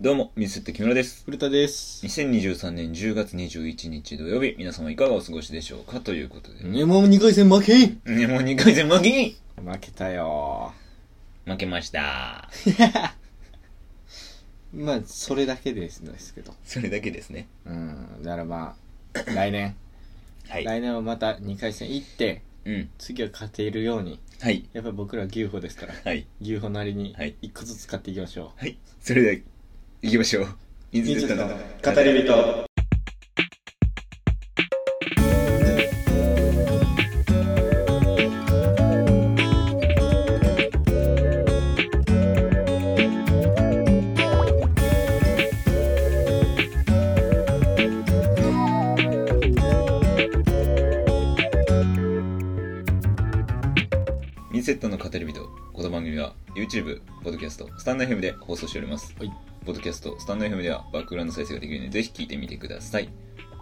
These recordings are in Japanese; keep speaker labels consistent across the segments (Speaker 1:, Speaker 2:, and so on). Speaker 1: どうも、ミスって木村です。
Speaker 2: 古田です。
Speaker 1: 2023年10月21日土曜日、皆様いかがお過ごしでしょうかということで。
Speaker 2: ね、もう2回戦負けん
Speaker 1: ね、もう2回戦負け
Speaker 2: 負けたよ
Speaker 1: 負けました。
Speaker 2: まあ、それだけですですけど。
Speaker 1: それだけですね。
Speaker 2: うん。ならまあ、 来年、
Speaker 1: はい。
Speaker 2: 来年はまた2回戦行って、
Speaker 1: うん。
Speaker 2: 次は勝てるように。
Speaker 1: はい。
Speaker 2: やっぱり僕らは牛歩ですから、
Speaker 1: はい。
Speaker 2: 牛歩なりに
Speaker 1: はい
Speaker 2: 1個ずつ買っていきましょ
Speaker 1: はい。それでは、行きましょう。
Speaker 2: う。
Speaker 1: 水ず
Speaker 2: ちょ
Speaker 1: っ
Speaker 2: っ
Speaker 1: との
Speaker 2: と語り人。
Speaker 1: ミンセットの語り人。この番組は YouTube、ポッドキャスト、スタンド FM で放送しております。
Speaker 2: はい
Speaker 1: ポッドキャスト、スタンド FM ではバックグラウンド再生ができるので、ぜひ聞いてみてください。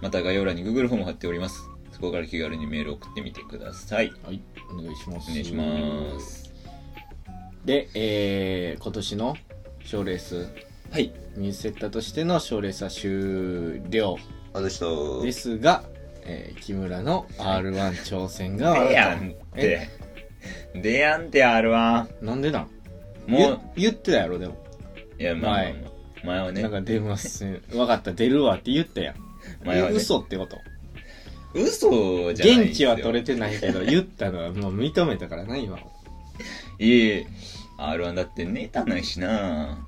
Speaker 1: また概要欄に Google フォームを貼っております。そこから気軽にメールを送ってみてください。
Speaker 2: はい、お願いします。
Speaker 1: お願いします。
Speaker 2: で、えー、今年の賞レース、
Speaker 1: はい。
Speaker 2: ミューセッターとしての賞レースは終了。
Speaker 1: あでした
Speaker 2: で。すが、えー木村の R1 挑戦が
Speaker 1: でやんって。でやんって、R1。
Speaker 2: なんでなん
Speaker 1: もう、
Speaker 2: 言言ってたやろでも、
Speaker 1: いや、まあまあまあ、前はね
Speaker 2: なん、か出ます分かった出るわって言ったやん、
Speaker 1: 前はね、
Speaker 2: 嘘ってこと
Speaker 1: 嘘じゃない
Speaker 2: 現地は取れてないけど言ったのはもう認めたからな今
Speaker 1: れ。いえいえ、R1 だってネタないしな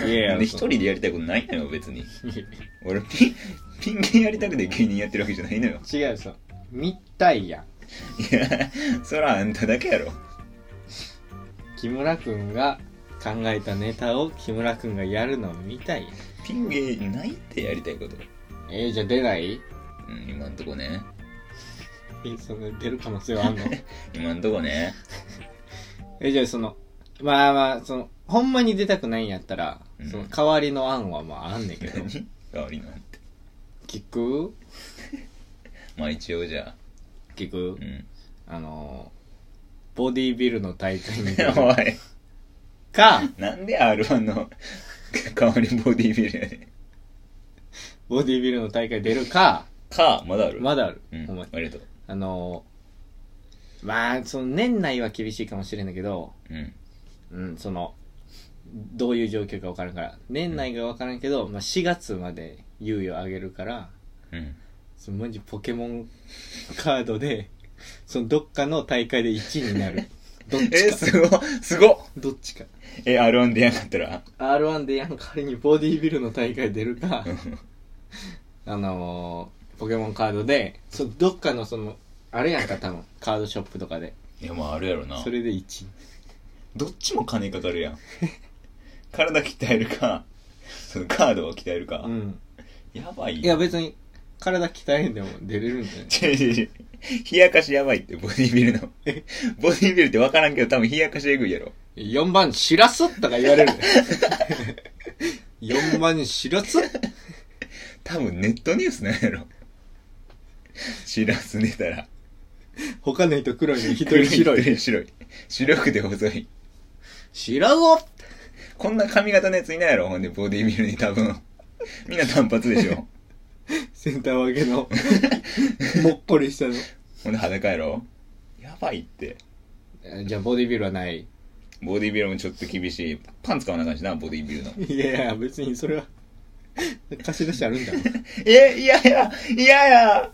Speaker 1: い
Speaker 2: やいや
Speaker 1: で、一人でやりたいことないのよ、別 に。俺、ピン、ピン芸やりたくて芸人やってるわけじゃないのよ。
Speaker 2: 違うさ見たいやん
Speaker 1: いや、そらあんただけやろ。
Speaker 2: 木村君が考えたネタを木村君がやるのを見たいやん
Speaker 1: ピン芸ないってやりたいこと。
Speaker 2: えー、じゃあ出ない
Speaker 1: うん、今んとこね。
Speaker 2: えその出る可能性はあんの
Speaker 1: 今んとこね。
Speaker 2: えじゃあそのまあまあそのほんまに出たくないんやったら、
Speaker 1: うん
Speaker 2: その代わりの案はまああんねんけ ど
Speaker 1: 何代わりなんて。
Speaker 2: 聞く
Speaker 1: まあ一応じゃあ。
Speaker 2: 聞く
Speaker 1: うん。
Speaker 2: あのーボディービルの大会に出る
Speaker 1: おい。
Speaker 2: か
Speaker 1: なんで R1 の代わりボディービルやね
Speaker 2: ボディービルの大会出るか
Speaker 1: んか、まだある。
Speaker 2: まだある、
Speaker 1: うん、
Speaker 2: お前
Speaker 1: ありがとう。
Speaker 2: あのーまあその年内は厳しいかもしれないけど
Speaker 1: うん。
Speaker 2: うんそのどういう状況か分からんから年内が分からんけど、まあ、4月まで猶予あげるから
Speaker 1: うん。
Speaker 2: そのマジポケモン カードでそのどっかの大会で1位にな るどっ
Speaker 1: え
Speaker 2: ちか
Speaker 1: すごっ、すごっ
Speaker 2: どっちか
Speaker 1: え、R1 出やんかったら
Speaker 2: r 1でやん仮にボディービルの大会出るか
Speaker 1: うん
Speaker 2: あのー、ポケモンカードでそどっかのそのあれやんか多分カードショップとかで
Speaker 1: いや、まああるやろな。
Speaker 2: それで1位
Speaker 1: どっちも金かかる やん。体鍛えるか、そのカードを鍛えるか。
Speaker 2: うん
Speaker 1: やばい
Speaker 2: いや 別に体鍛えんでも出れるんじゃない
Speaker 1: 違う違う違う。冷やかしやばいって、ボディービルの。 ボディービルって分からんけど、多分冷やかしえぐいやろ。
Speaker 2: 4番しらすとか言わ れる4番しらす
Speaker 1: 多分ネットニュースなんやろ。知らすねたら。
Speaker 2: 他の人黒いのに一人白
Speaker 1: 一
Speaker 2: い
Speaker 1: 人白い。白くて細い。
Speaker 2: 知らんぞ
Speaker 1: こんな髪型のやついないやろ、ほんで、ボディービルに多分。 みんな単発でしょ。
Speaker 2: センター分け のもっこりしたの
Speaker 1: ほんで裸やろ。やばいって。
Speaker 2: えじゃあボディービルはない
Speaker 1: ボディービルもちょっと厳しい。パン使わなあかんしな、ボディービルの。
Speaker 2: いやいや別にそれは貸し出しあるんだ
Speaker 1: え、いやいや、いやや。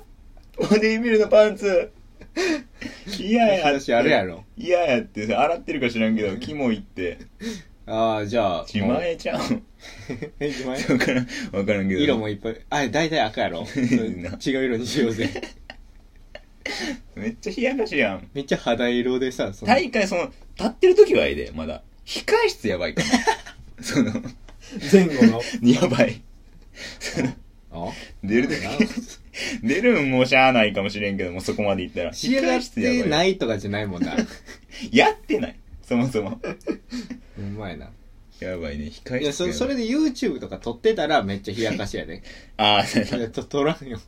Speaker 1: ボディービルのパンツ。いやや。
Speaker 2: 貸し出しあるやろ
Speaker 1: いややってさ、洗ってるか知らんけど、キモいって。
Speaker 2: ああじゃあ
Speaker 1: 自前ちゃうん。
Speaker 2: え自前
Speaker 1: わからん、わからんけど。
Speaker 2: 色もいっぱいあ大体赤や ろそれ違う色にしようぜ
Speaker 1: めっちゃ冷やかしやん。
Speaker 2: めっちゃ肌色でさその
Speaker 1: 大会、その、立ってる時はええで、まだ。控え室やばいか な。その、
Speaker 2: 前後の
Speaker 1: やばい。
Speaker 2: あ
Speaker 1: 出る時
Speaker 2: な
Speaker 1: 出るんもうしゃあないかもしれんけども、そこまで行ったら。
Speaker 2: 仕上が
Speaker 1: 控え
Speaker 2: って
Speaker 1: 室やば。
Speaker 2: ないいとかじゃないもん な
Speaker 1: やってない。そもそも。
Speaker 2: うまいな
Speaker 1: やばいね、控え室。
Speaker 2: いやそそれ
Speaker 1: で。
Speaker 2: で YouTube とか撮ってたらめっちゃ冷やかしや で
Speaker 1: ああ、
Speaker 2: いやと撮らんよ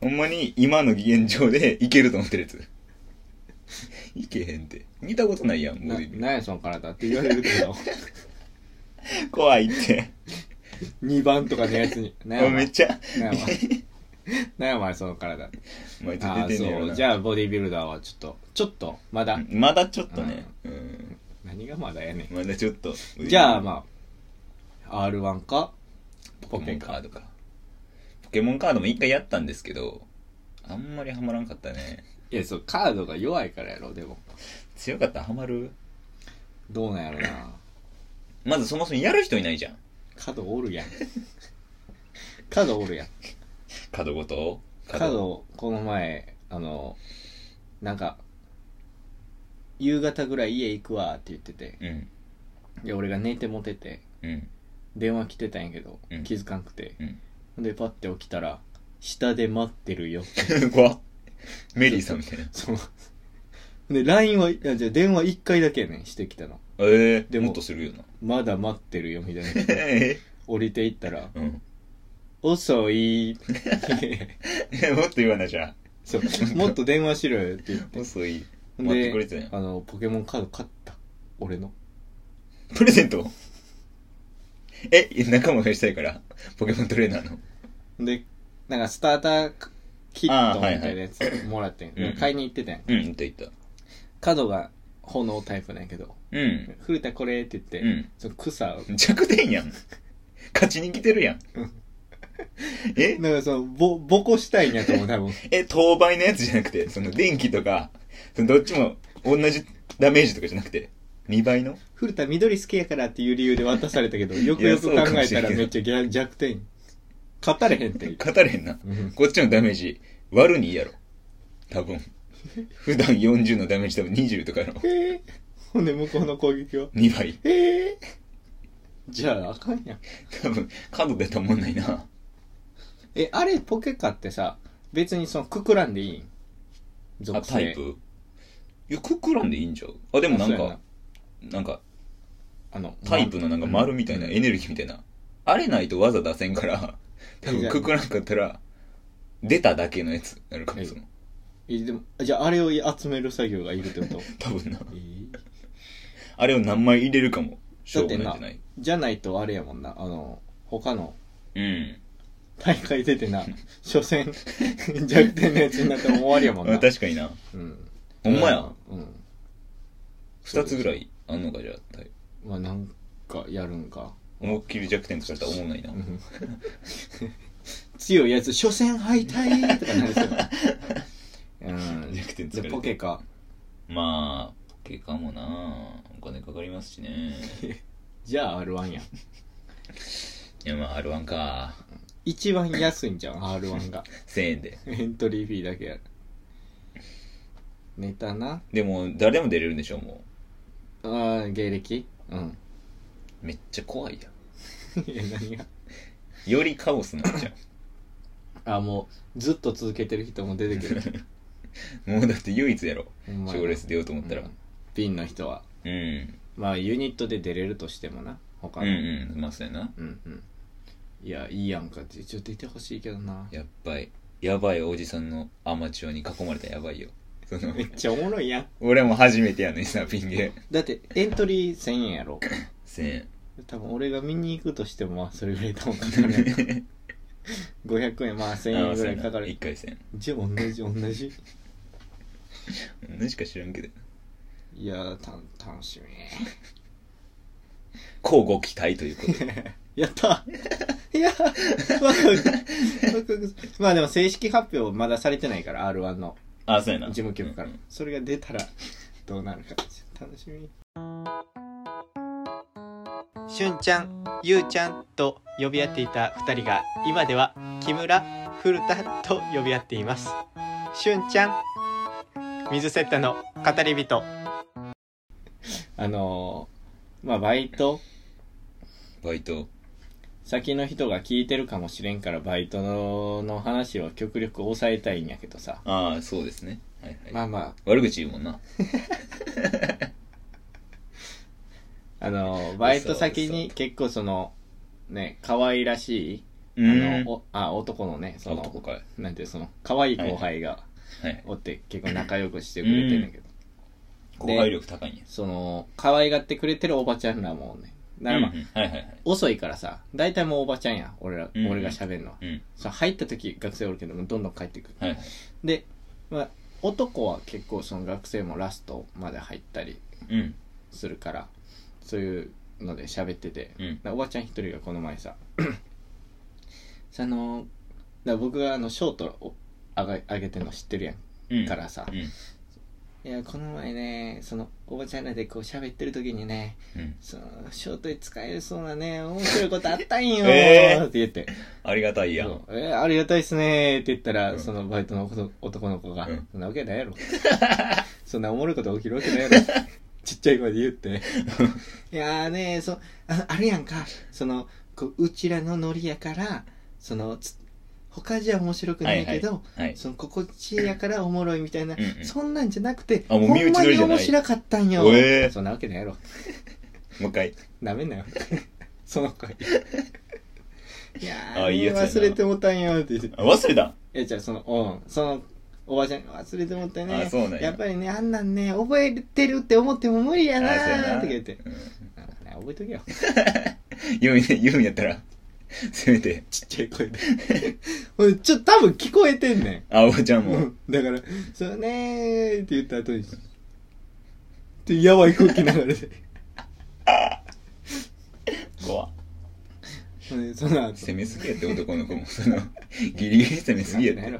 Speaker 1: ほんまに今の現状でいけると思ってるやつ。いけへんって。見たことないやん、ボデ
Speaker 2: な
Speaker 1: ィビル
Speaker 2: なんやその体って言われるけど
Speaker 1: 怖いって。
Speaker 2: 2番とかのや つに。なんやお
Speaker 1: め
Speaker 2: 前
Speaker 1: っちゃ、
Speaker 2: なんやお前なんやお前その体。
Speaker 1: まいつ
Speaker 2: ああ、
Speaker 1: 出てんねや
Speaker 2: そ
Speaker 1: ろ
Speaker 2: う。
Speaker 1: な。
Speaker 2: じゃあ、ボディビルダーはちょっと、ちょっと、まだ、
Speaker 1: うんまだちょっとね。うん。
Speaker 2: 何がまだやねん。
Speaker 1: まだちょっと。
Speaker 2: じゃあ、まあ、R1 か、
Speaker 1: ポ
Speaker 2: ポ
Speaker 1: ケモ
Speaker 2: ケ
Speaker 1: ンカ
Speaker 2: か。
Speaker 1: ードか。ポケモンカードも一回やったんですけど、あんまりハマらんかったね。
Speaker 2: いや、そう、カードが弱いからやろ、でも。
Speaker 1: 強かったらハマる
Speaker 2: どうなんやろな。
Speaker 1: まずそもそもやる人いないじゃん。
Speaker 2: 角おるやん。 角おるやん。
Speaker 1: 角ごと
Speaker 2: 角、この前、あの、なんか、夕方ぐらい家行くわって言ってて、
Speaker 1: うん。
Speaker 2: で、俺が寝てもてて、
Speaker 1: うん。
Speaker 2: 電話来てたんやけど
Speaker 1: うん、
Speaker 2: 気づかんくて。
Speaker 1: う
Speaker 2: で、パッて起きたら、下で待ってるよ。
Speaker 1: ん。 怖っメリーさんみたいな。
Speaker 2: そう。で、LINE は、いやじゃあ電話1回だけやねん、してきたの。
Speaker 1: ええ
Speaker 2: で
Speaker 1: で
Speaker 2: も
Speaker 1: もっとする よな。
Speaker 2: まだ待ってるよ、みたいな。
Speaker 1: え
Speaker 2: 降りていったら、
Speaker 1: えうん。
Speaker 2: 遅い。
Speaker 1: えもっと言わなじゃ
Speaker 2: そう、もっと電話しろよって言っ
Speaker 1: あ。
Speaker 2: て。
Speaker 1: 遅い。待ってくれてた
Speaker 2: で
Speaker 1: や、ん。
Speaker 2: あの、ポケモンカード買った。俺の。
Speaker 1: プレゼントえ、仲間増やしたいから。ポケモントレーナーの。
Speaker 2: で、なんかスターターキットみ
Speaker 1: あーはいはい
Speaker 2: たいなやつもらってん、
Speaker 1: うん
Speaker 2: 買いに行ってたんや。
Speaker 1: うん、いったいった。
Speaker 2: 角が炎タイプなんやけど、
Speaker 1: うん。
Speaker 2: 古田これって言って、
Speaker 1: うん
Speaker 2: その草を、
Speaker 1: 弱点やん。勝ちに来てるやん。え
Speaker 2: なんかその、ぼ、ぼこしたいんやと思う、多分。
Speaker 1: え、当倍のやつじゃなくて、その電気とか、そのどっちも同じダメージとかじゃなくて、2倍の
Speaker 2: 古田緑好きやからっていう理由で渡されたけど、よくよ く
Speaker 1: い
Speaker 2: 考
Speaker 1: やそうかも
Speaker 2: え
Speaker 1: したれん
Speaker 2: ら
Speaker 1: けど
Speaker 2: めっちゃ逆弱点。勝たれへんって。
Speaker 1: 語れへんな。
Speaker 2: うん
Speaker 1: こっちのダメージ、割るにいいやろ。多分。普段40のダメージ多分20とかやろ。
Speaker 2: へえ。ほんで向こうの攻撃は。
Speaker 1: 2倍。
Speaker 2: へえ。じゃああかんやん。
Speaker 1: 多分、角出たもんないな。
Speaker 2: え、あれポケカってさ、別にそのくくらんでいいん
Speaker 1: あ、
Speaker 2: 属性。
Speaker 1: タイプいや、くくらんでいいんちゃうあ、でもなん
Speaker 2: あそうや
Speaker 1: か、なんか、
Speaker 2: あの、
Speaker 1: タイプのなんか丸みたいな、
Speaker 2: うん
Speaker 1: エネルギーみたいな。あれないと技出せん から、多分くくらんかったら、出ただけのやつになるかもしれない。
Speaker 2: えでも、じゃああれを集める作業がいるって こと
Speaker 1: 多分な。
Speaker 2: えー
Speaker 1: あれを何枚入れるかも、し
Speaker 2: だ
Speaker 1: ょ
Speaker 2: っ
Speaker 1: うがない
Speaker 2: て
Speaker 1: ん
Speaker 2: な
Speaker 1: じゃない、
Speaker 2: じゃないとあれやもんな、あの、他の
Speaker 1: うん。
Speaker 2: 大会出てな、所詮 弱点のやつになっても終わりや もん
Speaker 1: あ
Speaker 2: な。
Speaker 1: 確かにな。
Speaker 2: うん。
Speaker 1: ほんまや。。
Speaker 2: うん。
Speaker 1: 二つぐらいあんのか、じゃあ。はい
Speaker 2: まあなんかやるんか。
Speaker 1: 思いっきり弱点使ったら思わないな
Speaker 2: う。ん 強いやつ、所詮敗退とかなりそうや。うん。
Speaker 1: 弱点疲れて
Speaker 2: で、ポケか。
Speaker 1: まあ、結果もなお金かかりますしね。
Speaker 2: じゃあ R1 や
Speaker 1: い
Speaker 2: ん。
Speaker 1: や、まあ、R1 か。
Speaker 2: 一番安いんじゃん、R1 が。
Speaker 1: 1000円で。
Speaker 2: エントリーフィーだけやる。ネタな
Speaker 1: でも、誰でも出れるんでしょう、も
Speaker 2: あー芸歴うん。
Speaker 1: う。めっちゃ怖いやん。
Speaker 2: いや、何が
Speaker 1: よりカオスなんじゃん。
Speaker 2: あ、もう、ずっと続けてる人も出て くる。
Speaker 1: もうだって唯一やろ
Speaker 2: ほんまや
Speaker 1: 賞レース出ようと思ったら
Speaker 2: うんピンの人は。
Speaker 1: うん、うん、
Speaker 2: まあ、ユニットで出れるとしてもな。他
Speaker 1: う
Speaker 2: の。
Speaker 1: んまあそうやな
Speaker 2: うんうんいやいいやんかってちょっと出てほしいけどな
Speaker 1: やっばいやばいおじさんのアマチュアに囲まれたらやばいよその
Speaker 2: めっちゃおもろいやん
Speaker 1: 俺も初めてやのにさピン芸
Speaker 2: だってエントリー1000円や ろ
Speaker 1: 1000
Speaker 2: 多分俺が見に行くとしてもまあそれぐらい多分かかるやん500円まあ1000円ぐらいかか
Speaker 1: 1
Speaker 2: る
Speaker 1: 回1000
Speaker 2: じゃあ同じ同じ
Speaker 1: 何しか知らんけど
Speaker 2: いやーた楽しみ
Speaker 1: 交互期待ということで
Speaker 2: やったいやーワクワクワクワクまあでも正式発表まだされてないから r 1の
Speaker 1: あそうやな
Speaker 2: 事務局から
Speaker 1: うん
Speaker 2: それが出たらどうなるか楽しみしゅんちゃんゆうちゃんと呼び合っていた2人が今では木村古田と呼び合っていますしゅんちゃん水セットの語り人あのーまあバイト
Speaker 1: バイト
Speaker 2: 先の人が聞いてるかもしれんからバイトのの話は極力抑えたいんやけどさ
Speaker 1: ああそうですねはいはい、
Speaker 2: まあまあ
Speaker 1: 悪口言うもんな
Speaker 2: あの、バイト先に結構その、ね、可愛らしい、
Speaker 1: う
Speaker 2: あ
Speaker 1: ーん
Speaker 2: の、おあ、男のね、そ
Speaker 1: 男
Speaker 2: の、
Speaker 1: かい
Speaker 2: なんていう、その、可愛い後輩が
Speaker 1: はい
Speaker 2: おって結構仲良くしてくれてるんだけど、
Speaker 1: 後輩力高いんや
Speaker 2: その、可愛がってくれてるおばちゃんらもね、
Speaker 1: う
Speaker 2: だ
Speaker 1: ん
Speaker 2: からまあ、
Speaker 1: うんはいはいはい。
Speaker 2: 遅いからさ大体もうおばちゃんやん俺ら、
Speaker 1: うんうん
Speaker 2: 俺が喋るのは
Speaker 1: うん。
Speaker 2: そう入った時学生おるけどもどんどん帰ってくる
Speaker 1: はいはい。
Speaker 2: で、まあ、男は結構その学生もラストまで入ったり
Speaker 1: うん。
Speaker 2: するからそういうので喋ってて
Speaker 1: うん。
Speaker 2: だおばちゃん一人がこの前さ そのだ僕があのショートをあが上げてるの知ってるやん
Speaker 1: うん。
Speaker 2: からさ
Speaker 1: う、ん。
Speaker 2: いやこの前ねそのおばちゃんらでこう喋ってる時にね
Speaker 1: うん。
Speaker 2: そのショートで使えそうなね面白いことあったんよ
Speaker 1: えー
Speaker 2: ーって言って
Speaker 1: ありがたいやん。
Speaker 2: そうえーありがたいっすねーって言ったら、
Speaker 1: うん
Speaker 2: そのバイトの男男の子が、
Speaker 1: うん
Speaker 2: そんなわけ ないやろ。そんなおもろいこと起きるわけないやろ。ちっちゃい声で言って。いやーねーそあ、あれやんか、その、こううちらのノリやから、その、つ他じゃ面白くないけど、
Speaker 1: はい。
Speaker 2: その、心地いいやからおもろいみたいな、
Speaker 1: うんうん
Speaker 2: そんなんじゃなくて、
Speaker 1: あもう身内
Speaker 2: ほんま
Speaker 1: 乗り
Speaker 2: に
Speaker 1: じゃない
Speaker 2: 面白かったんよ。
Speaker 1: えー
Speaker 2: そんなわけないやろ。
Speaker 1: もう一回。
Speaker 2: なめんな よ。その声。いやー
Speaker 1: あいいやつやな
Speaker 2: 忘れてもたんよって言って
Speaker 1: あ忘れた
Speaker 2: えじゃあそのうんそのおばあちゃん忘れてもったね
Speaker 1: あそうなんや
Speaker 2: やっぱりねあんなんね覚えてるって思っても無理やな
Speaker 1: あそうや
Speaker 2: ー
Speaker 1: な
Speaker 2: って言って
Speaker 1: うん
Speaker 2: あね覚えと けよ
Speaker 1: 言うん言うんやったら、 せめて、
Speaker 2: ちっちゃい声で ほんでちょっと多分聞こえてんね
Speaker 1: あおばちゃん
Speaker 2: ん
Speaker 1: も、
Speaker 2: うんだから「そうねー」って言った後にでやばい空気流れて
Speaker 1: 怖っ
Speaker 2: ほんでその後
Speaker 1: 攻めすぎやって男の子も、その、ギリギリ攻めすぎやっ
Speaker 2: なん
Speaker 1: て。
Speaker 2: や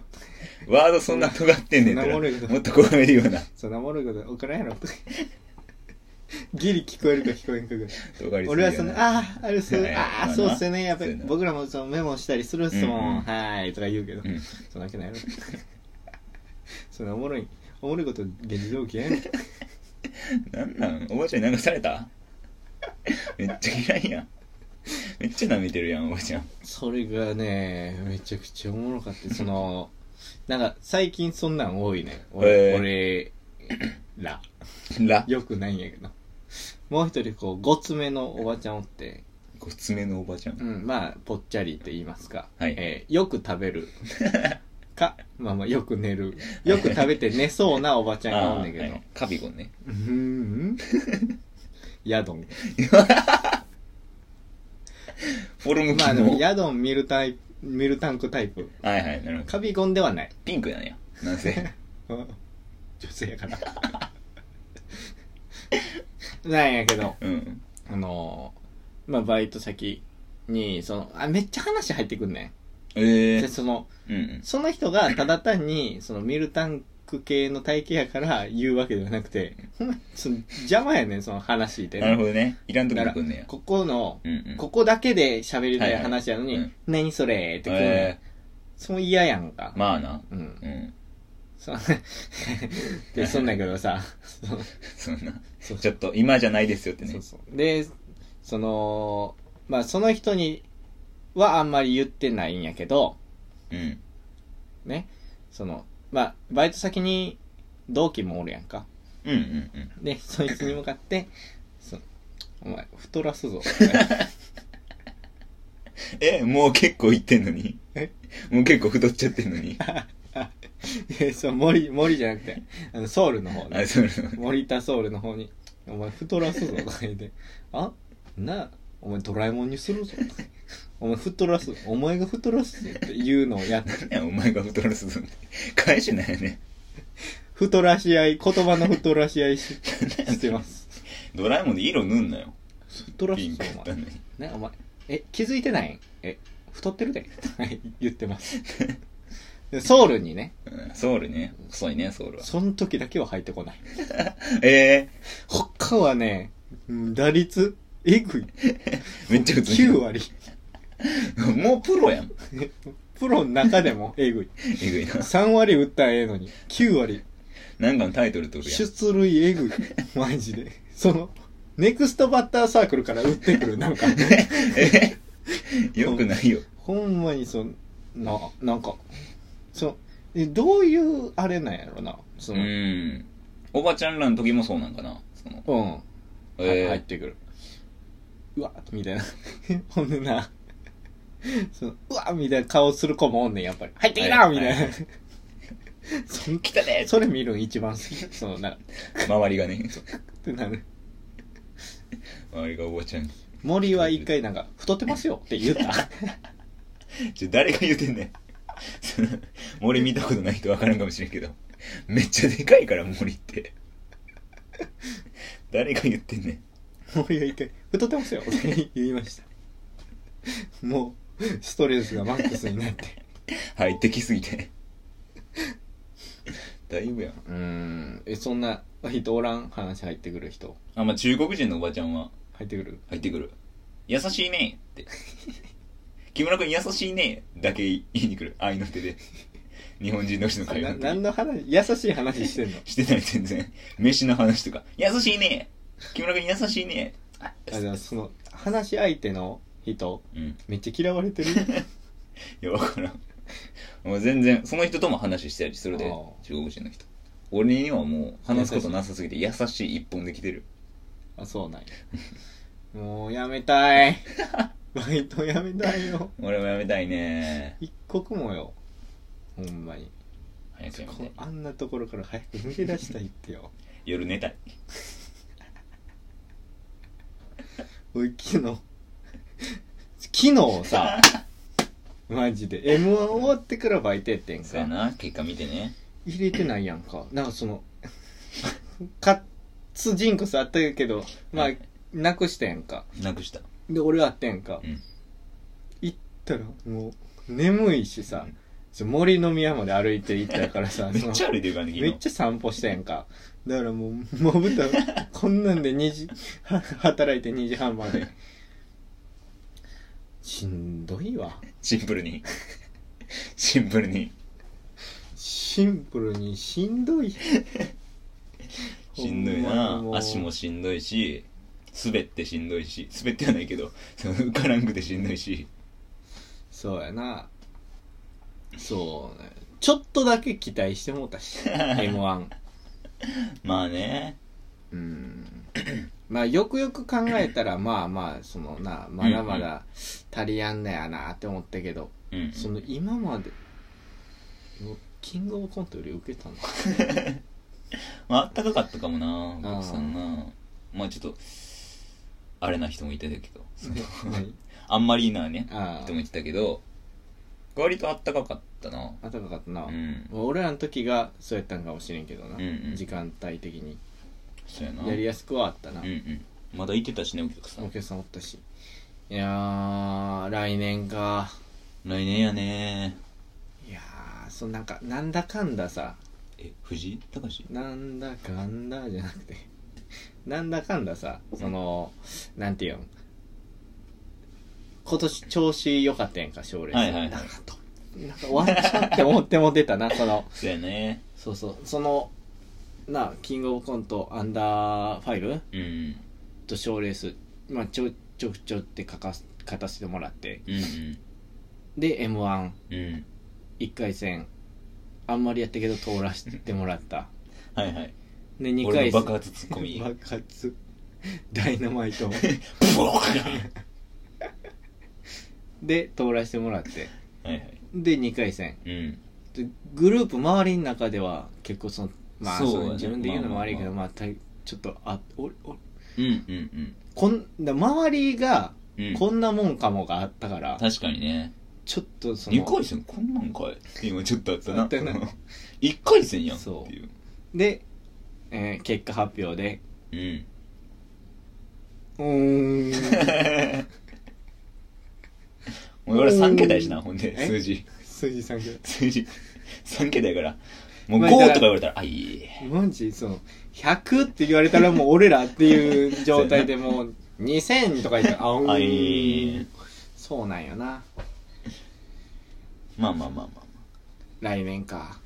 Speaker 2: ろ
Speaker 1: ワードそんな尖ってんねんって
Speaker 2: そ
Speaker 1: な
Speaker 2: んなおもろいこと
Speaker 1: もっと怖めるような、
Speaker 2: そんなおもろいこと起こらんやろ ギリ聞こえるか聞こえんかぐらい
Speaker 1: 尖りすぎやな
Speaker 2: 俺はその、ああ、あれそう、
Speaker 1: はい
Speaker 2: ああ、
Speaker 1: まあ
Speaker 2: そうっすよね。やっぱ
Speaker 1: そ
Speaker 2: り
Speaker 1: うやな
Speaker 2: 僕らもそのメモしたりするっすもん。
Speaker 1: うんうん
Speaker 2: はーい、とか言う けど、
Speaker 1: うん
Speaker 2: そんなわけないやろ。 そんなおもろい、おもろいこと現状起きやん。
Speaker 1: なんなんおばちゃんに流されためっちゃ嫌いやん。めっちゃ舐めてるやん、おばちゃん。
Speaker 2: それがね、めちゃくちゃおもろかった。その、なんか最近そんなん多いね。俺、
Speaker 1: へー
Speaker 2: 俺ら。
Speaker 1: ラ。
Speaker 2: よくないんやけど。もう一人、こう、ごつめのおばちゃんおって、
Speaker 1: ごつめのおばちゃん。
Speaker 2: うん、まあ、ぽっちゃりって言いますか。
Speaker 1: はい
Speaker 2: えーよく食 べる。か、まあまあ、よく寝る。よく食べて寝そうなおばちゃんがおんねんけ
Speaker 1: あーは
Speaker 2: ど
Speaker 1: い。カビゴンね。
Speaker 2: うーん。ヤドン。
Speaker 1: フォルム
Speaker 2: まあ
Speaker 1: 機
Speaker 2: でも、
Speaker 1: 能。
Speaker 2: ヤドン見るタイプ、見るタンクタイプ。
Speaker 1: はいはい、なるほ ど。
Speaker 2: カビゴンではない。
Speaker 1: ピンクなんや。なんせ。
Speaker 2: 女性やから。なんやけど、
Speaker 1: うん。
Speaker 2: あのーまあ、バイト先に、その、あ、めっちゃ話入ってくんね
Speaker 1: ええ
Speaker 2: ん。で、その、
Speaker 1: うんうん。
Speaker 2: その人がただ単に、そのミルタンク系の体型やから言うわけではなくて、ほんまその邪魔やねん、その話って、
Speaker 1: なるほどね。いらんとこ
Speaker 2: だ
Speaker 1: に
Speaker 2: から
Speaker 1: 来んねや。、
Speaker 2: ここの、
Speaker 1: うんうん。
Speaker 2: ここだけで喋りたい話やのに、
Speaker 1: はいはい
Speaker 2: 何それって来るの、
Speaker 1: え
Speaker 2: その嫌やんか。
Speaker 1: ーまあな。
Speaker 2: うん。
Speaker 1: うん。
Speaker 2: そ で、そんなんやけどさ、そう
Speaker 1: そんな。
Speaker 2: そう
Speaker 1: ちょっと、今じゃないですよってね。
Speaker 2: そうそう。で、その、まあ、その人にはあんまり言ってないんやけど、
Speaker 1: うん。
Speaker 2: ね、その、まあ、バイト先に同期もおるやんか。
Speaker 1: うんうんうん。
Speaker 2: で、そいつに向かって、そお前、太ら すぞ。
Speaker 1: え、もう結構いってんのに。
Speaker 2: え
Speaker 1: もう結構太っちゃってんの に。
Speaker 2: いやそう、森、森じゃなくて、あの、ソウルの方
Speaker 1: あ、
Speaker 2: ね。
Speaker 1: そうなの。
Speaker 2: 森田ソウルの方に、お前、太らすぞ、とか言って。あなあ、お前、ドラえもんにするぞ。お前、太らす。お前が太らすぞっていうのをやって、
Speaker 1: いや、お前が太らすぞって。返しないよね。
Speaker 2: 太らし合い、言葉の太らし合いししてます。
Speaker 1: ドラえもんで色塗んなよ。
Speaker 2: 太らす
Speaker 1: ピンク
Speaker 2: ぞ
Speaker 1: やっ、
Speaker 2: お
Speaker 1: た
Speaker 2: 前。
Speaker 1: のに。
Speaker 2: ね、お前、え、気づいてないえ、太ってるで。はい言って ます。でソウルにね、
Speaker 1: うんソウルね。細いね、ソウルは。
Speaker 2: その時だけは入ってこない。
Speaker 1: え
Speaker 2: 他はね、うん打率、えぐい。
Speaker 1: ー、めっちゃ普通
Speaker 2: 9
Speaker 1: に。
Speaker 2: 割。
Speaker 1: もうプロやん。
Speaker 2: プロの中でもえぐい。
Speaker 1: えぐいな。
Speaker 2: 3割打ったらええのに、9割。
Speaker 1: なんかのタイトル取るやん。
Speaker 2: 出塁えぐい。マジで。その、ネクストバッターサークルから打ってくる。なんか、
Speaker 1: え よくないよ。
Speaker 2: ほんまにその、な、なんか、その、えどういうあれなんやろな。
Speaker 1: う
Speaker 2: その、
Speaker 1: ん。おばちゃんらの時もそうなんかな。その
Speaker 2: うん。入っ
Speaker 1: え
Speaker 2: てくるうわみたいな ほんでなそのうわみたいな顔する子もおんねんやっぱり入ってきな
Speaker 1: はい
Speaker 2: みたい
Speaker 1: は
Speaker 2: な、
Speaker 1: い
Speaker 2: そん
Speaker 1: ー、来たで
Speaker 2: それ見るん一番好きそのなんか
Speaker 1: 周りがね、
Speaker 2: ってなる
Speaker 1: 周りがおばちゃん。
Speaker 2: 森は一回なんか、太ってますよって言った。
Speaker 1: ちょ、誰が言うてんね ん。その森見たことない人わからんかもしれんけど、めっちゃでかいから、森って。 誰が言ってんねん。
Speaker 2: 森は一回、太ってますよって言いました。もう、ストレスがマックスになって。
Speaker 1: 入ってきすぎて。 だいぶやん。
Speaker 2: うーん、え、そんな人おらん話入ってくる人。
Speaker 1: あ、まあ、中国人のおばちゃんは
Speaker 2: 入ってくる
Speaker 1: 入ってくる。優しいねって。木村君優しいねだけ言いに来る。愛の手で。日本人同士の会話
Speaker 2: な
Speaker 1: の時
Speaker 2: 何の話優しい話してんの
Speaker 1: してない全然。飯の話とか。優しいね木村君優しいねあ
Speaker 2: あじゃあその話し相手の人
Speaker 1: うん。
Speaker 2: めっちゃ嫌わ れてる
Speaker 1: いや、わからん。もう全然、その人とも話したりするで
Speaker 2: ああ、
Speaker 1: 中国人の人。俺にはもう話すことなさすぎて優しい一本で来てる。
Speaker 2: あそうなんやもうやめた いバイトやめたいよ
Speaker 1: 俺もやめたいね
Speaker 2: 一刻もよほんまに
Speaker 1: 早くやめた
Speaker 2: こ
Speaker 1: い。
Speaker 2: あんなところから早く抜け出したいってよ
Speaker 1: 夜寝たい。
Speaker 2: おい昨日昨 日さマジで m 1終わってからバイトやってん
Speaker 1: そうや
Speaker 2: か
Speaker 1: な、結果見てね。
Speaker 2: 入れてないやんかなんかその カツジンコスあったけどまあなくしたやんか
Speaker 1: なくした。
Speaker 2: で俺はあってんか、
Speaker 1: うん
Speaker 2: 行ったらもう眠いしさ、ちょ森の宮まで歩いて行ったからさ
Speaker 1: めっちゃ歩いてるからね、
Speaker 2: その
Speaker 1: 昨
Speaker 2: めっ
Speaker 1: 日。
Speaker 2: ちゃ散歩したやんかだからもうまぶた こんなんで2時は働いて2時半までしんどいわ
Speaker 1: シンプルに。シンプルに。
Speaker 2: シンプルにしんどい
Speaker 1: しんどい
Speaker 2: ほま
Speaker 1: な
Speaker 2: にう
Speaker 1: 足もしんどいし、滑ってしんどいし、滑ってはないけど、 その浮からんくてしんどいし。
Speaker 2: そうやなそうねちょっとだけ期待してもう たし m 1
Speaker 1: まあね。
Speaker 2: うんまあよくよく考えた らまあまあそのなまだま
Speaker 1: うん
Speaker 2: だ足りやんねやなって思ったけど、
Speaker 1: うん。
Speaker 2: その今までキングオブコントより受けたの
Speaker 1: まあ、あったかかったかもな、お客さんな。まあちょっと、あれな人もいたけど、その
Speaker 2: 何
Speaker 1: あんまりなね、
Speaker 2: あ
Speaker 1: 人もいてたけど、割とあったかかったな。
Speaker 2: あ暖かかったな、
Speaker 1: うん。
Speaker 2: 俺らの時がそうやったんかもしれんけどな、
Speaker 1: うんうん
Speaker 2: 時間帯的に
Speaker 1: そうやな。
Speaker 2: やりやすくはあったな、
Speaker 1: うんうん。まだいてたしね、お客さ
Speaker 2: お
Speaker 1: ん。
Speaker 2: 客さんおったしいやー来年か
Speaker 1: 来年やね
Speaker 2: いやーそのなんかなんだかんださ
Speaker 1: え、藤井隆
Speaker 2: なんだかんだじゃなくて なんだかんださそのなんていうん今年調子良かったやんか奨励
Speaker 1: はいはいはい
Speaker 2: なんかとなんか終わっちゃうって思っても出たなその
Speaker 1: そうやね
Speaker 2: そうそうそのなあキングオブコントアンダーファイブ
Speaker 1: うん。
Speaker 2: と賞レースまあちょちょちょって書かす勝たせてもらって
Speaker 1: うん
Speaker 2: で m 1
Speaker 1: うん。うん。
Speaker 2: 一回戦あんまりやったけど通らせてもらった
Speaker 1: はいはい。
Speaker 2: で二
Speaker 1: 俺
Speaker 2: 回
Speaker 1: の
Speaker 2: 戦
Speaker 1: 爆発ツッコミ。
Speaker 2: 爆発ダイナマイト
Speaker 1: ブワー
Speaker 2: で通らせてもらって
Speaker 1: はいはい。
Speaker 2: で2回戦
Speaker 1: うん。
Speaker 2: でグループ周りの中では結構そのまあ
Speaker 1: そう
Speaker 2: そ
Speaker 1: だね
Speaker 2: う自分で言うのも悪いけど
Speaker 1: ま
Speaker 2: まあたいちょっとあおお
Speaker 1: うんうん
Speaker 2: こんだ周りが
Speaker 1: うん。うん、
Speaker 2: こんなもんかもがあったから
Speaker 1: 確かにね。
Speaker 2: ちょっとそ
Speaker 1: 2
Speaker 2: の
Speaker 1: 回戦こんなんかいって今ちょっとあった
Speaker 2: あ
Speaker 1: な。
Speaker 2: ったよな
Speaker 1: 一回戦やんって
Speaker 2: そう
Speaker 1: いう。
Speaker 2: で、えー結果発表で
Speaker 1: うん。
Speaker 2: うーん
Speaker 1: もう俺3桁やしな、ほんで、
Speaker 2: え
Speaker 1: 数字。
Speaker 2: 数字3桁
Speaker 1: 数字。3桁やから。もう
Speaker 2: まあ
Speaker 1: 5
Speaker 2: だ
Speaker 1: とか
Speaker 2: から
Speaker 1: 言われたら、あ、いいえ。
Speaker 2: マジその100って言われたらもう俺らっていう状態でもう2000とか言ったらあう
Speaker 1: あ、いい
Speaker 2: ー
Speaker 1: え
Speaker 2: ん。そうなんよな
Speaker 1: まあまあまあま
Speaker 2: 来年か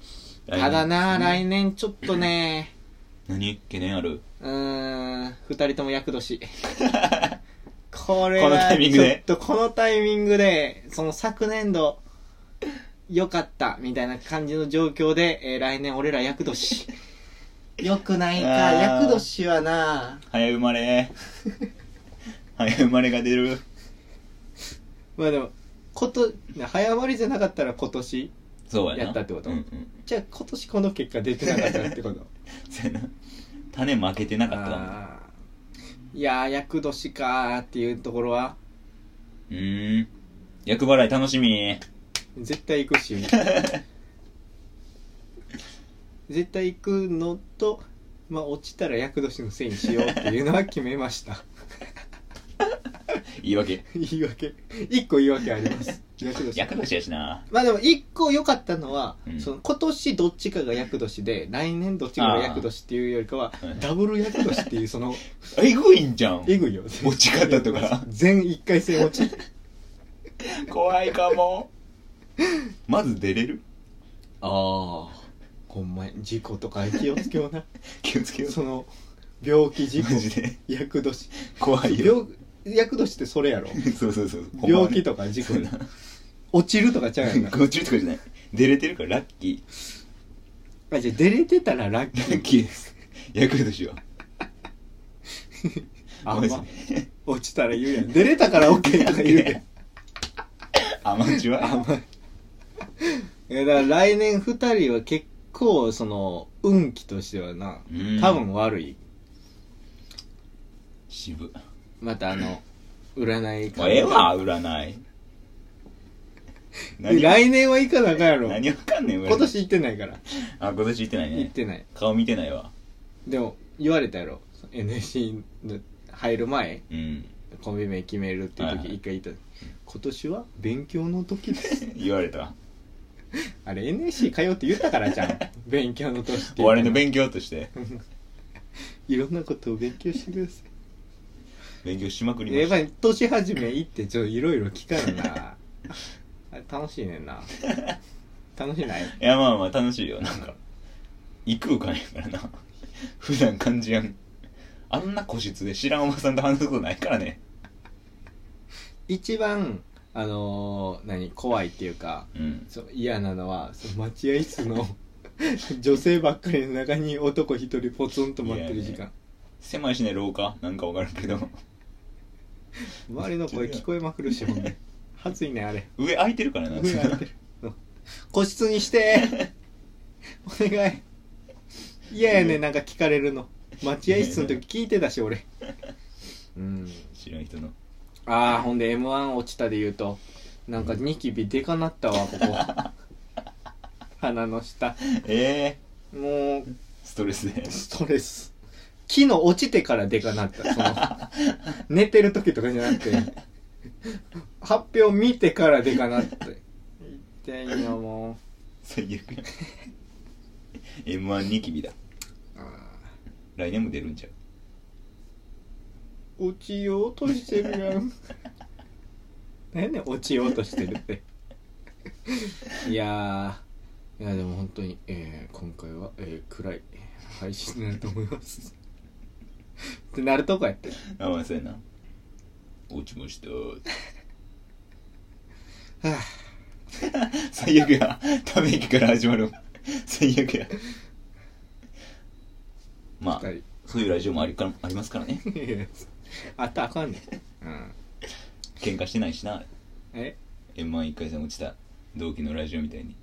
Speaker 1: あまあ。
Speaker 2: ただな
Speaker 1: 年。
Speaker 2: 来年ちょっとね
Speaker 1: 何懸念ある
Speaker 2: うーん2人とも 厄年これ
Speaker 1: このタイミングで
Speaker 2: ちょっとこのタイミングでその昨年度良かったみたいな感じの状況で、えー来年俺ら 厄年良くないか
Speaker 1: あー
Speaker 2: 厄年はな
Speaker 1: 早生まれ。 早生まれが出る。
Speaker 2: まあでもこと早まりじゃなかったら今年
Speaker 1: そうやな。
Speaker 2: やったってこと
Speaker 1: うんうん。
Speaker 2: じゃあ今年この結果出てなかったってこと
Speaker 1: そうやな。種負けてなかったかも。
Speaker 2: あーいやー厄年かーっていうところは
Speaker 1: うーん。役払い楽しみ。
Speaker 2: 絶対行 くし絶対行くのとまあ落ちたら厄年のせいにしようっていうのは決めました
Speaker 1: 言い訳。
Speaker 2: 言い訳一個言い訳あります厄年
Speaker 1: 役年やしな。
Speaker 2: まあでも一個良かったのは、
Speaker 1: うん
Speaker 2: その今年どっちかが厄年で来年どっちかが厄年っていうよりかは
Speaker 1: うん
Speaker 2: ダブル厄年っていうその
Speaker 1: えぐいんじゃん。
Speaker 2: えぐいよ
Speaker 1: 落ち方とか
Speaker 2: 全一回戦落ち
Speaker 1: 怖いかも。まず出れる
Speaker 2: ああほんまに事故とか気をつけような
Speaker 1: 気をつ けよ
Speaker 2: その病気
Speaker 1: う。
Speaker 2: 事
Speaker 1: マ
Speaker 2: 故
Speaker 1: ジで。
Speaker 2: 厄年
Speaker 1: 怖いよ。
Speaker 2: 病厄年ってそれやろ
Speaker 1: そうそうそう。
Speaker 2: 病気
Speaker 1: と
Speaker 2: とか事故
Speaker 1: そうだ。
Speaker 2: 落ちるとかちゃう やんな
Speaker 1: こっちとかじゃない。出れてるからラッキ
Speaker 2: あじゃあ出れてたらラッキ
Speaker 1: ー。ラッ
Speaker 2: ー
Speaker 1: キーです。ヤクルトしよう。
Speaker 2: あん
Speaker 1: マジ
Speaker 2: ま
Speaker 1: で。
Speaker 2: 落ちたら言うやん出れたから OK とか言う やん
Speaker 1: アマチュア
Speaker 2: 甘いえだから来年2人は結構その運気としてはな
Speaker 1: うん
Speaker 2: 多分悪い、
Speaker 1: 渋。
Speaker 2: またあの占い
Speaker 1: もうええわ、占い。
Speaker 2: で
Speaker 1: 何
Speaker 2: 来年は行かなあかんやろ
Speaker 1: 何わかんねん、占い
Speaker 2: 今年行ってないから
Speaker 1: あ、今年行ってない
Speaker 2: 行っ
Speaker 1: ね。
Speaker 2: てない
Speaker 1: 顔見てないわ。
Speaker 2: でも言われたやろ NSC の入る前
Speaker 1: うん。
Speaker 2: コンビ名決めるっていう
Speaker 1: はいは
Speaker 2: 時
Speaker 1: い
Speaker 2: 一回言った、今年は勉強の時です
Speaker 1: 言われた。
Speaker 2: あれ NSC 通って言ったからじゃん勉強の年って言った
Speaker 1: 俺の勉強として、
Speaker 2: いろんなことを勉強してください
Speaker 1: 勉強しまくりま
Speaker 2: やっ
Speaker 1: した。
Speaker 2: ぱり年始め行ってちょっといろいろ聞かんなあれ楽しいね んな楽しない
Speaker 1: いや、まあまあ楽しいよ、なんか。異空間やからな。 普段感じやん。あんな個室で知らんおばさんと話すことないからね。
Speaker 2: 一番あのー何怖いっていうか
Speaker 1: うん。
Speaker 2: そう嫌なのはその待合室の 女性ばっかりの中に男一人ポツンと待ってる時
Speaker 1: いや
Speaker 2: 間
Speaker 1: 狭いしね、廊下なんかわからんけ ど。
Speaker 2: 周りの声聞こえまくるしほん ではずいねあれ
Speaker 1: 上空いてるからな。
Speaker 2: 上開いてるうん個室にしてお願い嫌やねんなんか聞かれるの待合室の時聞いてたし俺うん
Speaker 1: 知らん人の。
Speaker 2: ああほんで m 1落ちたで言うとなんかニキビでかなったわここ 鼻の下
Speaker 1: ええ
Speaker 2: もう
Speaker 1: ストレスで。
Speaker 2: ストレス昨日落ちてからでかなったそ の寝てる時とかじゃなくて発表見てからでかなって痛いよもう
Speaker 1: 最悪 や。M1 ニキビだ。来年も出るんちゃう。
Speaker 2: 落ちようとしてるやん何やねん落ちようとしてるっていやーいやでも本当に、えー今回は、えー暗い配信になると思いますってなるとこやって
Speaker 1: あ、まあそうやな。落ちました。
Speaker 2: はあ
Speaker 1: 最悪や。ため息から始まる。最悪や。まあ、
Speaker 2: 二
Speaker 1: そういうラジオもありかありますからね。
Speaker 2: 人いやあったらあかんねん、うん、
Speaker 1: 喧嘩してないしな。
Speaker 2: え
Speaker 1: M11 回戦落ちた同期のラジオみたいに。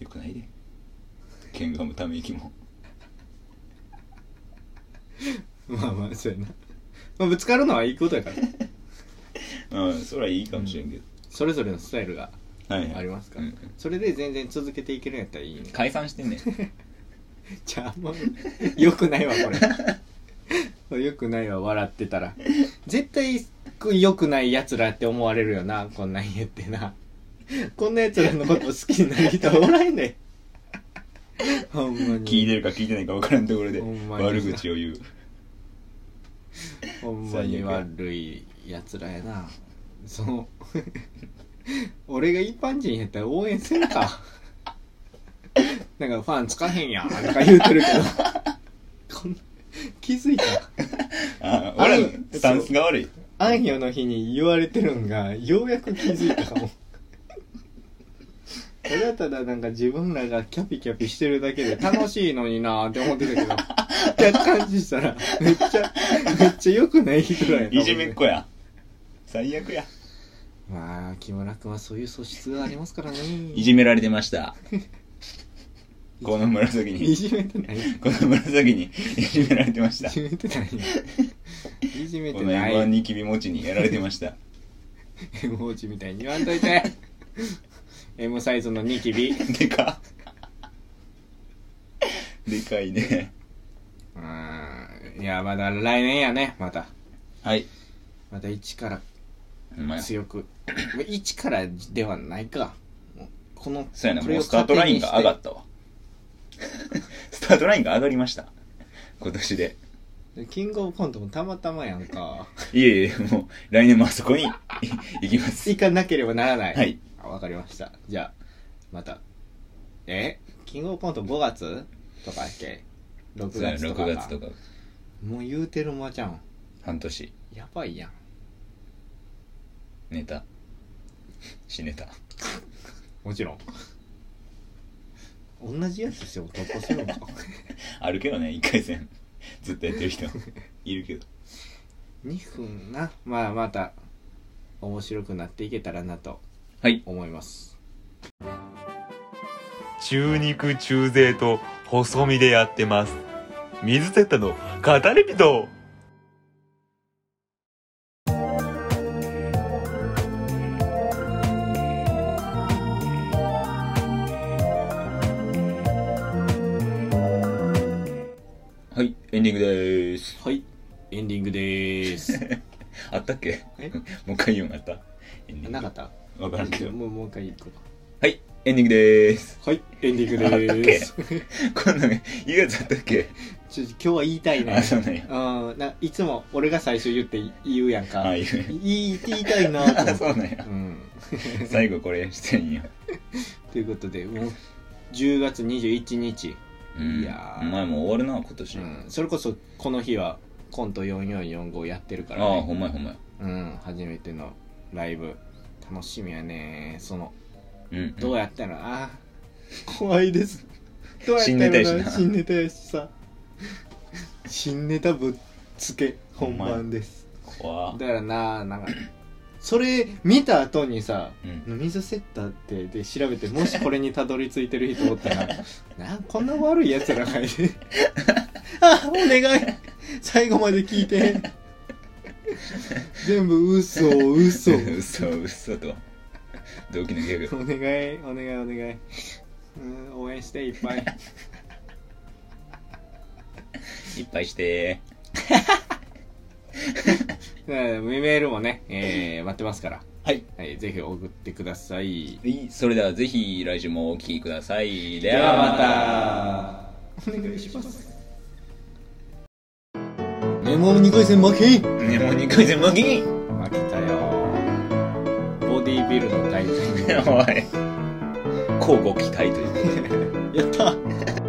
Speaker 1: よくないで。喧嘩もため息も。
Speaker 2: まあまあそうやな、まあ、ぶつかるのはいいことやから
Speaker 1: うん、そりゃいいかもしれんけど。
Speaker 2: それぞれのスタイルが
Speaker 1: はい、はい。
Speaker 2: ありますから、
Speaker 1: うん
Speaker 2: それで全然続けていけるんやったらいいね
Speaker 1: 解散してんねん。
Speaker 2: じゃあ、もう、よくないわ、これ。これよくないわ、笑ってたら。絶対、よくない奴らって思われるよな、こんなん言ってな。こんな奴らのこと好きになる人はおらんねん。ほんまに。
Speaker 1: 聞いてるか聞いてないか分からんところで
Speaker 2: ほんまに
Speaker 1: 悪口を言 う。
Speaker 2: ほんまに悪い奴らやな。その、俺が一般人やったら応援せんか。なんかファンつかへんやん、とか言うてるけど。こんな、気づいた
Speaker 1: あ、
Speaker 2: あ
Speaker 1: 俺
Speaker 2: れ
Speaker 1: のスタンスが悪い。
Speaker 2: あんよの日に言われてるんがようやく気づいたかもただただなんか自分らがキャピキャピしてるだけで楽しいのになーって思ってたけど客観視したらめっちゃめっちゃ良くない人らやない
Speaker 1: じめっ子や。最悪や。
Speaker 2: まあ木村君はそういう素質がありますからね
Speaker 1: いじめられてました。この紫
Speaker 2: い
Speaker 1: に、
Speaker 2: じめてないやん
Speaker 1: この紫にいじめられてまし
Speaker 2: い
Speaker 1: た。
Speaker 2: じめてないやんいじめ
Speaker 1: こ
Speaker 2: て
Speaker 1: の
Speaker 2: な
Speaker 1: M1
Speaker 2: い
Speaker 1: にきびもちにやられてました。
Speaker 2: M 王子みたいに言わんといて M サイズのニキビ
Speaker 1: でかっでかいね。
Speaker 2: うんいやまだ来年やねまた
Speaker 1: はい。
Speaker 2: また一から
Speaker 1: ほんまや
Speaker 2: 強く一からではないかもうこの
Speaker 1: そうやな、
Speaker 2: こ
Speaker 1: も
Speaker 2: れ
Speaker 1: う
Speaker 2: を
Speaker 1: スタートラインが上が
Speaker 2: 糧
Speaker 1: ったわ。 スタートラインが上がりました。今年で。
Speaker 2: にしてキングオブコントもたまたまやんか
Speaker 1: いえいえ、もう来年もあそこに 行きます。
Speaker 2: 行かなければならない
Speaker 1: はい
Speaker 2: あわかりましたじゃあまたえキングオブコント5月とかやっけ6
Speaker 1: そうやな
Speaker 2: 月とか
Speaker 1: 6
Speaker 2: か
Speaker 1: 月とか、
Speaker 2: もう言うてる間じゃん
Speaker 1: 半年、
Speaker 2: やばいやん
Speaker 1: ネタ、死ネタ。
Speaker 2: もちろん同じやつしても突破する のか
Speaker 1: あるけどね、1回戦。ずっとやってる 人。いるけど。
Speaker 2: 2分なまあまた面白くなっていけたらなと
Speaker 1: はい。
Speaker 2: 思います
Speaker 3: 中肉中背と細身でやってます水セッタの語り人
Speaker 1: はい、エンディングでーす。
Speaker 2: はいエンディングでーす
Speaker 1: あったっけ
Speaker 2: え
Speaker 1: もう一回言うんあったエンディング
Speaker 2: なかった
Speaker 1: わからんけど。
Speaker 2: もうもう一回行こ
Speaker 1: はい、エンディングでーす。
Speaker 2: うはいエンディング
Speaker 1: でー
Speaker 2: す
Speaker 1: こんなん言うやつあったっけ
Speaker 2: ちょ今日は言いたい
Speaker 1: あ、
Speaker 2: ね
Speaker 1: そうなんや。
Speaker 2: うんないつも俺が最初言って言うやんか、
Speaker 1: あ、
Speaker 2: い、
Speaker 1: 言う。
Speaker 2: 言い言いたいなと思
Speaker 1: あ、
Speaker 2: っ
Speaker 1: そう
Speaker 2: て
Speaker 1: なんや
Speaker 2: う。ん
Speaker 1: 最後これしてんや。
Speaker 2: ということでもう10月21日、
Speaker 1: うん。
Speaker 2: いやー
Speaker 1: お前もう終わるな、今年。
Speaker 2: うん、それこそこの日はコント4445やってるから、
Speaker 1: ああ、
Speaker 2: ね、
Speaker 1: ほんまやほんまや。
Speaker 2: うん初めてのライブ楽しみやねその
Speaker 1: うん。
Speaker 2: どうやったら、あー怖 いですどうやった
Speaker 1: 新ネタ
Speaker 2: ら
Speaker 1: やしな
Speaker 2: 新ネタやしさ新ネタぶっつけ本番です
Speaker 1: 怖
Speaker 2: だからななんかそれ見た後にさ
Speaker 1: うん。
Speaker 2: 水セッターってで調べてもしこれにたどり着いてる人おった らなこんな悪いやつらがいてあお願い最後まで聞いて全部嘘 嘘
Speaker 1: 嘘、嘘と。同期のギャグ。
Speaker 2: お願いお願いお願いうん応援していっ ぱい
Speaker 1: いっぱいして
Speaker 2: うんメールもね、えー待ってますから、
Speaker 1: はい。
Speaker 2: はい、ぜひ送ってください
Speaker 1: はいそれではぜひ来週もお聞きください。で
Speaker 2: で
Speaker 1: は
Speaker 2: は
Speaker 1: ま
Speaker 2: ま
Speaker 1: た。
Speaker 2: たお願いしますメモ2回戦負け
Speaker 1: ね、 もう2回戦負け
Speaker 2: 負けたよボディー ビルの大会
Speaker 1: おい。交互期待ということで。
Speaker 2: やった